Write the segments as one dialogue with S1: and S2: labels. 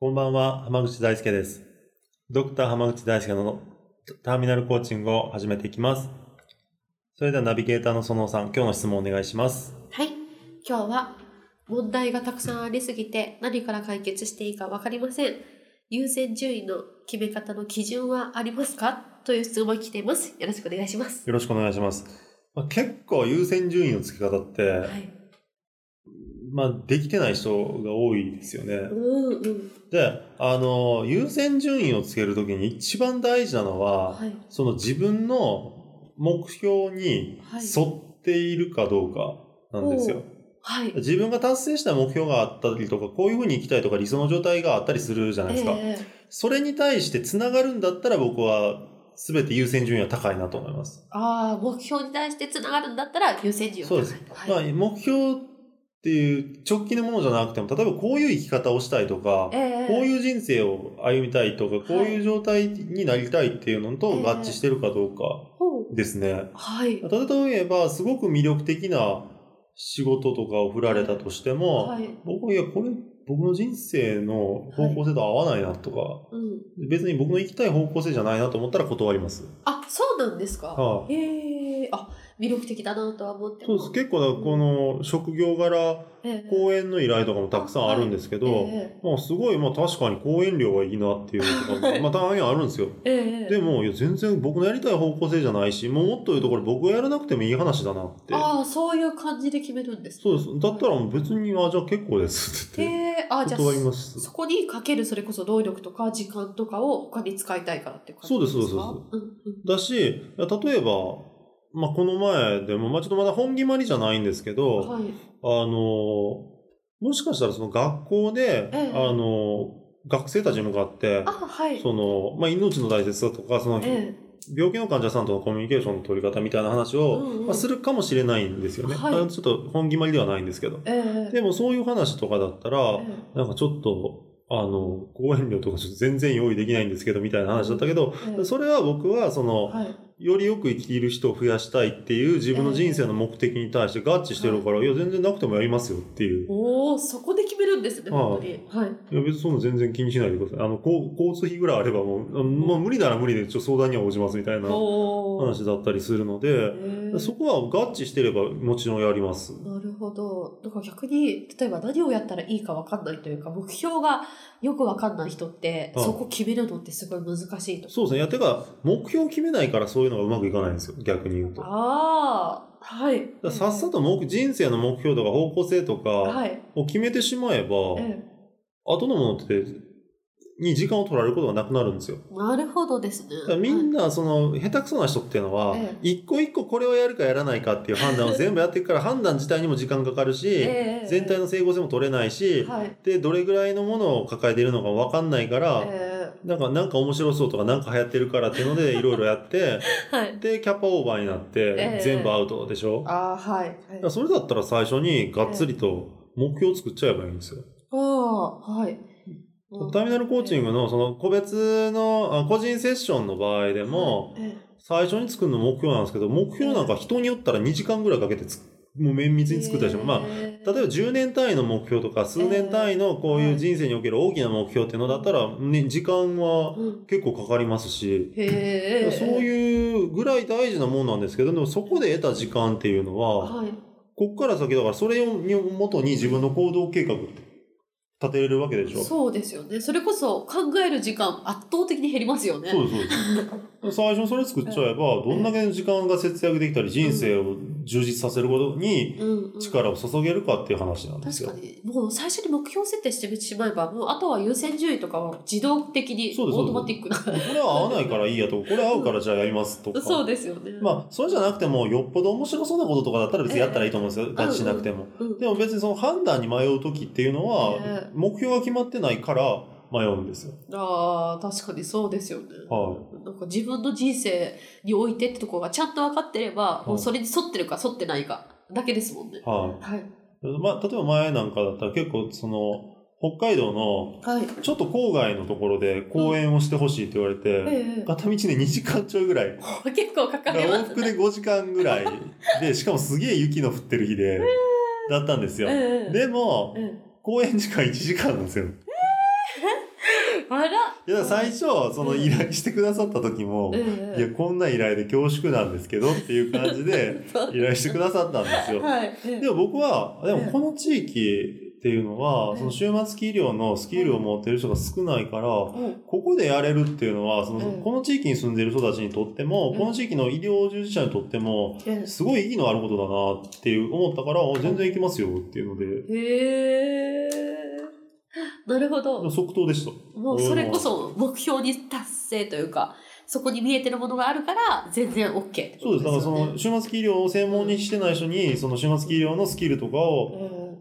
S1: こんばんは、浜口大輔です。ドクター浜口大輔のターミナルコーチングを始めていきます。それではナビゲーターの園尾さん、今日の質問お願いします。
S2: はい。今日は、問題がたくさんありすぎて、何から解決していいかわかりません。優先順位の決め方の基準はありますかという質問を来ています。よろしくお願いします。
S1: よろしくお願いします。まあ、結構優先順位の付け方って、
S2: はい。
S1: まあ、できてない人が多いですよね
S2: う。んうん。
S1: で、あの、優先順位をつけるときに一番大事なのは、
S2: はい。
S1: その自分の目標に
S2: はい
S1: 沿っているかどうかなんですよ。
S2: おうはい。
S1: 自分が達成した目標があったりとか、こういうふうに行きたいとか理想の状態があったりするじゃないですか。
S2: え
S1: それに対して繋がるんだったら僕は全て優先順位は高いなと思います。
S2: ああ、目標に対してつながるんだったら優先順位を
S1: そうです。ま
S2: は
S1: あ、
S2: い。
S1: 目標っていう直近のものじゃなくても、例えばこういう生き方をしたいとか、
S2: ええ
S1: こういう人生を歩みたいとか、こういう状態になりたいっていうのと
S2: ええ
S1: 合致してるかどうか
S2: ほう
S1: ですね。
S2: はい。
S1: 例えば、すごく魅力的な仕事とかを振られたとしても、
S2: はい。
S1: 僕はいやこれ僕の人生の方向性と合わないなとか、
S2: うん。
S1: 別に僕の行きたい方向性じゃないなと思ったら断ります、
S2: あ、そうなんですか。
S1: は
S2: ええあ、魅力的だなとは思って
S1: そう
S2: も。
S1: です結構だこの職業柄
S2: ええ
S1: 講演の依頼とかもたくさんあるんですけど、
S2: え
S1: まあ、すごい、まあ、確かに講演料がいいなっていうとかも、
S2: はい
S1: まあ、たまにあるんですよ
S2: えええ
S1: でもいや全然僕のやりたい方向性じゃないしもうもっと言うところ僕がやらなくてもいい話だなって
S2: ああ、そういう感じで決めるんですね。
S1: そうですだったらもう別にあじゃあ結構ですって言って
S2: へえあじゃあ
S1: 断ります
S2: そこにかけるそれこそ労力とか時間とかを他に使いたいからって感じですか
S1: そうですそう
S2: ですうんうん
S1: だし、例えば、まあ、この前でも、まあ、ちょっとまだ本決まりじゃないんですけど、
S2: はい
S1: あの、もしかしたらその学校で、
S2: ええ
S1: あの、学生たちに向かって
S2: あ、はい
S1: その、まあ、命の大切さとか、その、
S2: え
S1: 病気の患者さんとのコミュニケーションの取り方みたいな話
S2: え
S1: を、
S2: うんうん
S1: まあ、するかもしれないんですよね。
S2: はい
S1: あのちょっと本決まりではないんですけど。
S2: ええ
S1: でもそういう話とかだったら、
S2: ええ
S1: なんかちょっと、あの、講演料とかちょっと全然用意できないんですけど、みたいな話だったけど、
S2: ええ
S1: それは僕は、その、
S2: はい
S1: よりよく生きる人を増やしたいっていう自分の人生の目的に対して合致してるから、いや全然なくてもやりますよっていう。
S2: おおそこで決めるんですね
S1: はい
S2: 本当にはい
S1: いや別にそんな全然気にしないでください。あの、こう交通費ぐらいあればもう、あもう無理なら無理でちょっと相談には応じますみたいな
S2: おお
S1: 話だったりするので、そこは合致してればもちろんやります。
S2: なるほどなんか逆に例えば何をやったらいいか分かんないというか目標がよく分かんない人って
S1: はい
S2: そこ決めるのってすごい難しいと
S1: そうですね。いや、てか、目標を決めないからそういうのがうまくいかないんですよ。逆に言うと。だか
S2: ああはい
S1: らさっさと目人生の目標とか方向性とか
S2: はい
S1: を決めてしまえば、
S2: ええ
S1: 後のものって、に時間を取られることがなくなるんですよ。
S2: なるほどです
S1: だから
S2: ね。
S1: みんなその下手くそな人っていうのは
S2: え
S1: 一個一個これをやるかやらないかっていう判断を全部やっていくから判断自体にも時間かかるし全体
S2: の、
S1: の整合性も取れないし
S2: はい
S1: でどれぐらいのものを抱えているのか分かんないから
S2: え
S1: なんかなんか面白そうとかなんか流行ってるからっていうのでいろいろや って
S2: ーはい、
S1: でキャパオーバーになって
S2: ええ
S1: 全部アウトでしょだか
S2: あーはいはい
S1: らそれだったら最初にがっつりと目標を作っちゃえばいいんですよ。
S2: あーはい
S1: ターミナルコーチングのその個別のあ個人セッションの場合でも、
S2: えー
S1: 最初に作るの目標なんですけど、目標なんか人によったら2時間ぐらいかけてつもう綿密に作ったりして、まあ、
S2: え
S1: 例えば10年単位の目標とか、数年単位のこういう人生における大きな目標っていうのだったら、ね、時間は
S2: うん
S1: 結構かかりますし、
S2: へー
S1: そういうぐらい大事なもんなんですけど、でもそこで得た時間っていうのは、
S2: はい
S1: こっから先だからそれを元に自分の行動計画立てれるわけでしょ。
S2: そうですよねそれこそ考える時間圧倒的に減りますよね
S1: そうです、そうです。最初にそれ作っちゃえば、どんだけの時間が節約できたり、人生を充実させることに
S2: うんうん
S1: 力を注げるかっていう話なんです
S2: 確
S1: よ。
S2: かにもう最初に目標設定してしまえばもうあとは優先順位とかは自動的に
S1: そう
S2: オ
S1: です
S2: ートマティックな
S1: これは合わないからいいやとか、これ合うからじゃあやりますとか。
S2: そうですよね、
S1: まあ、それじゃなくても、よっぽど面白そうなこととかだったら別にやったらいいと思うんですよ。
S2: ん
S1: ガチしなくても。
S2: うん
S1: でも別にその判断に迷う時っていうのは
S2: え、
S1: 目標が決まってないから迷うんですよ。
S2: あー確かにそうですよね、
S1: は
S2: なんか自分の人生においてってところがちゃんと分かってれば、
S1: い
S2: もうそれに沿ってるか沿ってないかだけですもんね
S1: は
S2: はい
S1: い。まあ、例えば前なんかだったら結構その、北海道の
S2: はい
S1: ちょっと郊外のところで公演をしてほしいって言われて、
S2: ええ
S1: 片道で2時間ちょいぐらい。
S2: 結構かかりま
S1: 往
S2: す
S1: 復
S2: ね
S1: で5時間ぐらい。で、しかもすげえ雪の降ってる日で、だったんですよ。
S2: ええ
S1: でも
S2: え、え
S1: 公演時間1時間なんですよ。
S2: あら
S1: いや、最初、その依頼してくださった時も、
S2: え
S1: いや、こんな依頼で恐縮なんですけどっていう感じ で
S2: そう
S1: 依頼してくださったんですよ。
S2: はいええ
S1: でも僕は、でもこの地域っていうのは、
S2: うん
S1: その週末期医療のスキルを持ってる人が少ないから、こ
S2: うん
S1: こでやれるっていうのは、その
S2: うん
S1: この地域に住んでる人たちにとっても
S2: う、ん
S1: この地域の医療従事者にとっても、
S2: え
S1: すごい意義のあることだなっていう思ったから、お全然行きますよっていうので、
S2: えへえなるほど
S1: 即答でした。
S2: もうそれこそ目標に達成というか、そこに見えてるものがあるから、全然 OK って
S1: そうです。だからそ
S2: よ
S1: の、
S2: ね
S1: 終末期医療を専門にしてない人に、その終末期医療のスキルとかを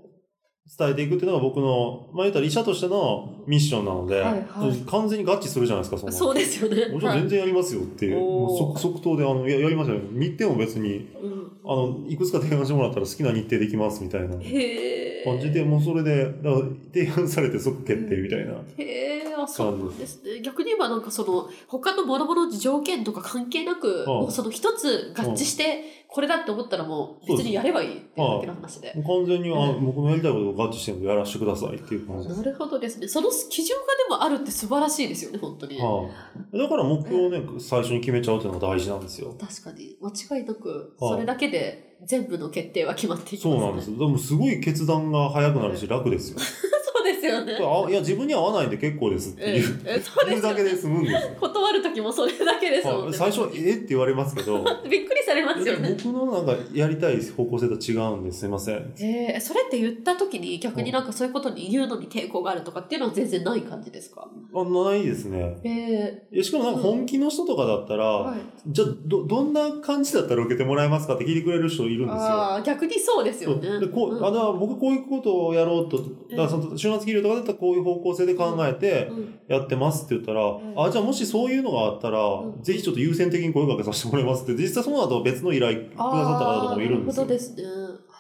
S1: 伝えていくっていうのが僕の、まあ言ったら医者としてのミッションなので、
S2: はいはい
S1: 完全に合致するじゃないですか、そ
S2: うん
S1: の。
S2: そうですよね。
S1: もちろん全然やりますよっていう、
S2: はい
S1: もう
S2: おー
S1: 即即答で、あの、ややりましたよ。日程も別に、
S2: はいうん
S1: あの、いくつか提案してもらったら好きな日程できますみたいな
S2: へえ。
S1: 感じで、もうそれで、だから提案されて即決定みたいな。
S2: へえ、あ、そうなんですね。逆に言えばなんかその、他の諸々の条件とか関係なく、もうその一つ合致して、これだって思ったらもう別にやればいいっていうだけの話で。
S1: 完全に、あ
S2: う
S1: 僕のやりたいことが合致してるのでやらせてくださいっていう感じです
S2: な。るほどですね。その基準がでもあるって素晴らしいですよね、本当に。
S1: はい。だから目標をね、最初に決めちゃうっていうのが大事なんですよ。
S2: 確かに間違いなく
S1: はい
S2: それだけで全部の決定は決まっていき
S1: そ
S2: ますね
S1: うなんです。でもすごい決断が早くなるし楽ですよ。
S2: そうですよね
S1: あいや、自分には合わないんで結構ですって
S2: え
S1: いう、
S2: えそう
S1: 言
S2: で
S1: う
S2: すよ
S1: だけで済むんです。
S2: 断る時もそれだけですもん
S1: はい
S2: ね
S1: 最初、えって言われますけど、
S2: びっくりされますよね
S1: 僕のなんかやりたい方向性と違うんですいません。
S2: えー、それって言った時に逆になんかそういうことに言うのに抵抗があるとかっていうのは全然ない感じですか
S1: あないですね。
S2: ええ
S1: えしかもなんか本気の人とかだったら、
S2: はい、
S1: じゃあど、どんな感じだったら受けてもらえますかって聞いてくれる人いるんですよ。
S2: ああ逆にそうですよね
S1: そうでこう
S2: うん
S1: あだから僕こういうことをやろうと、だからその週末企業とかだったらこういう方向性で考えて
S2: うん
S1: やってますって言ったら、
S2: ん
S1: あじゃあもしそういうのがあったら、
S2: うん
S1: ぜひちょっと優先的に声かけさせてもらいますって実際その後別の依頼くださった方とかもいるんです
S2: あーなるほど
S1: よ。
S2: ですね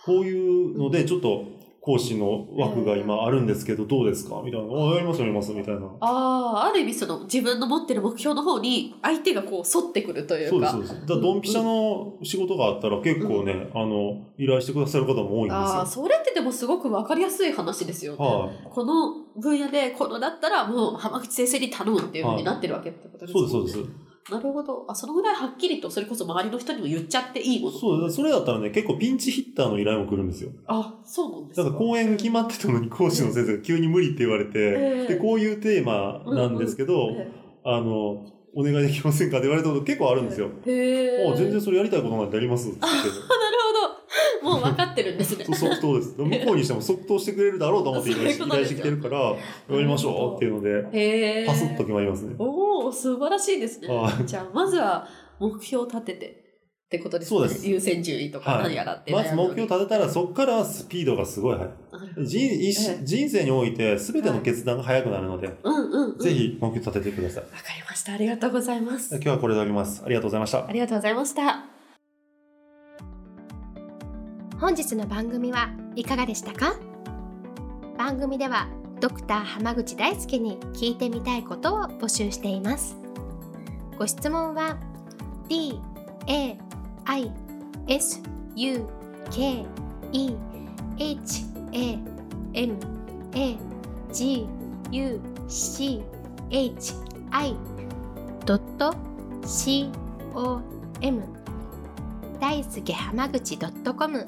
S1: こういうのでちょっと講師の枠が今あるんですけどどうですかみたいな「あやりますやります」みたいな。
S2: ああある意味その自分の持ってる目標の方に相手がこう沿ってくるというか
S1: そうですそうです。だからドンピシャの仕事があったら結構ね、あの依頼してくださる方も多いんですよ。
S2: ああそれってでもすごく分かりやすい話ですよね、
S1: はい、
S2: この分野でこのだったらもう浜口先生に頼むっていうふうになってるわけってことです
S1: そう
S2: よ
S1: で
S2: ね
S1: すそうです。
S2: なるほどあそのぐらいはっきりとそれこそ周りの人にも言っちゃっていいもの
S1: そうそれだったらね結構ピンチヒッターの依頼も来るんですよ
S2: あそうなんです
S1: だから講演決まってたのに講師の先生が急に無理って言われて、
S2: ええ
S1: でこういうテーマなんですけど、
S2: え
S1: あのお願いできませんかって言われたこと結構あるんですよ、
S2: えへえ
S1: あ全然それやりたいことなんてやりますって言って
S2: なるほどもう 分かってるんですね
S1: そう即答です向こうにしても即答してくれるだろうと思って依頼し依
S2: そういうこと
S1: 頼
S2: で
S1: し
S2: す
S1: て
S2: よ
S1: きてるからやりましょうっていうので
S2: へえ
S1: パスッと決まりますね
S2: おお素晴らしいですね
S1: はい
S2: じゃあまずは目標を立ててってことですね
S1: そうです
S2: 優先順位とか
S1: はい
S2: 何やらって、
S1: まず目標立てたらそこからはスピードがすごい速い人
S2: ええ
S1: 一人生において全ての決断が速くなるので、
S2: うんうん、うん、
S1: ぜひ目標立ててください
S2: わかりましたありがとうございます
S1: 今日はこれで終わりますありがとうございました
S2: ありがとうございました。
S3: 本日の番組はいかがでしたか番組ではドクター濱口大輔に聞いてみたいことを募集していますご質問は d a i s u k e h a m a g u c h i c o m 大輔濱口 .com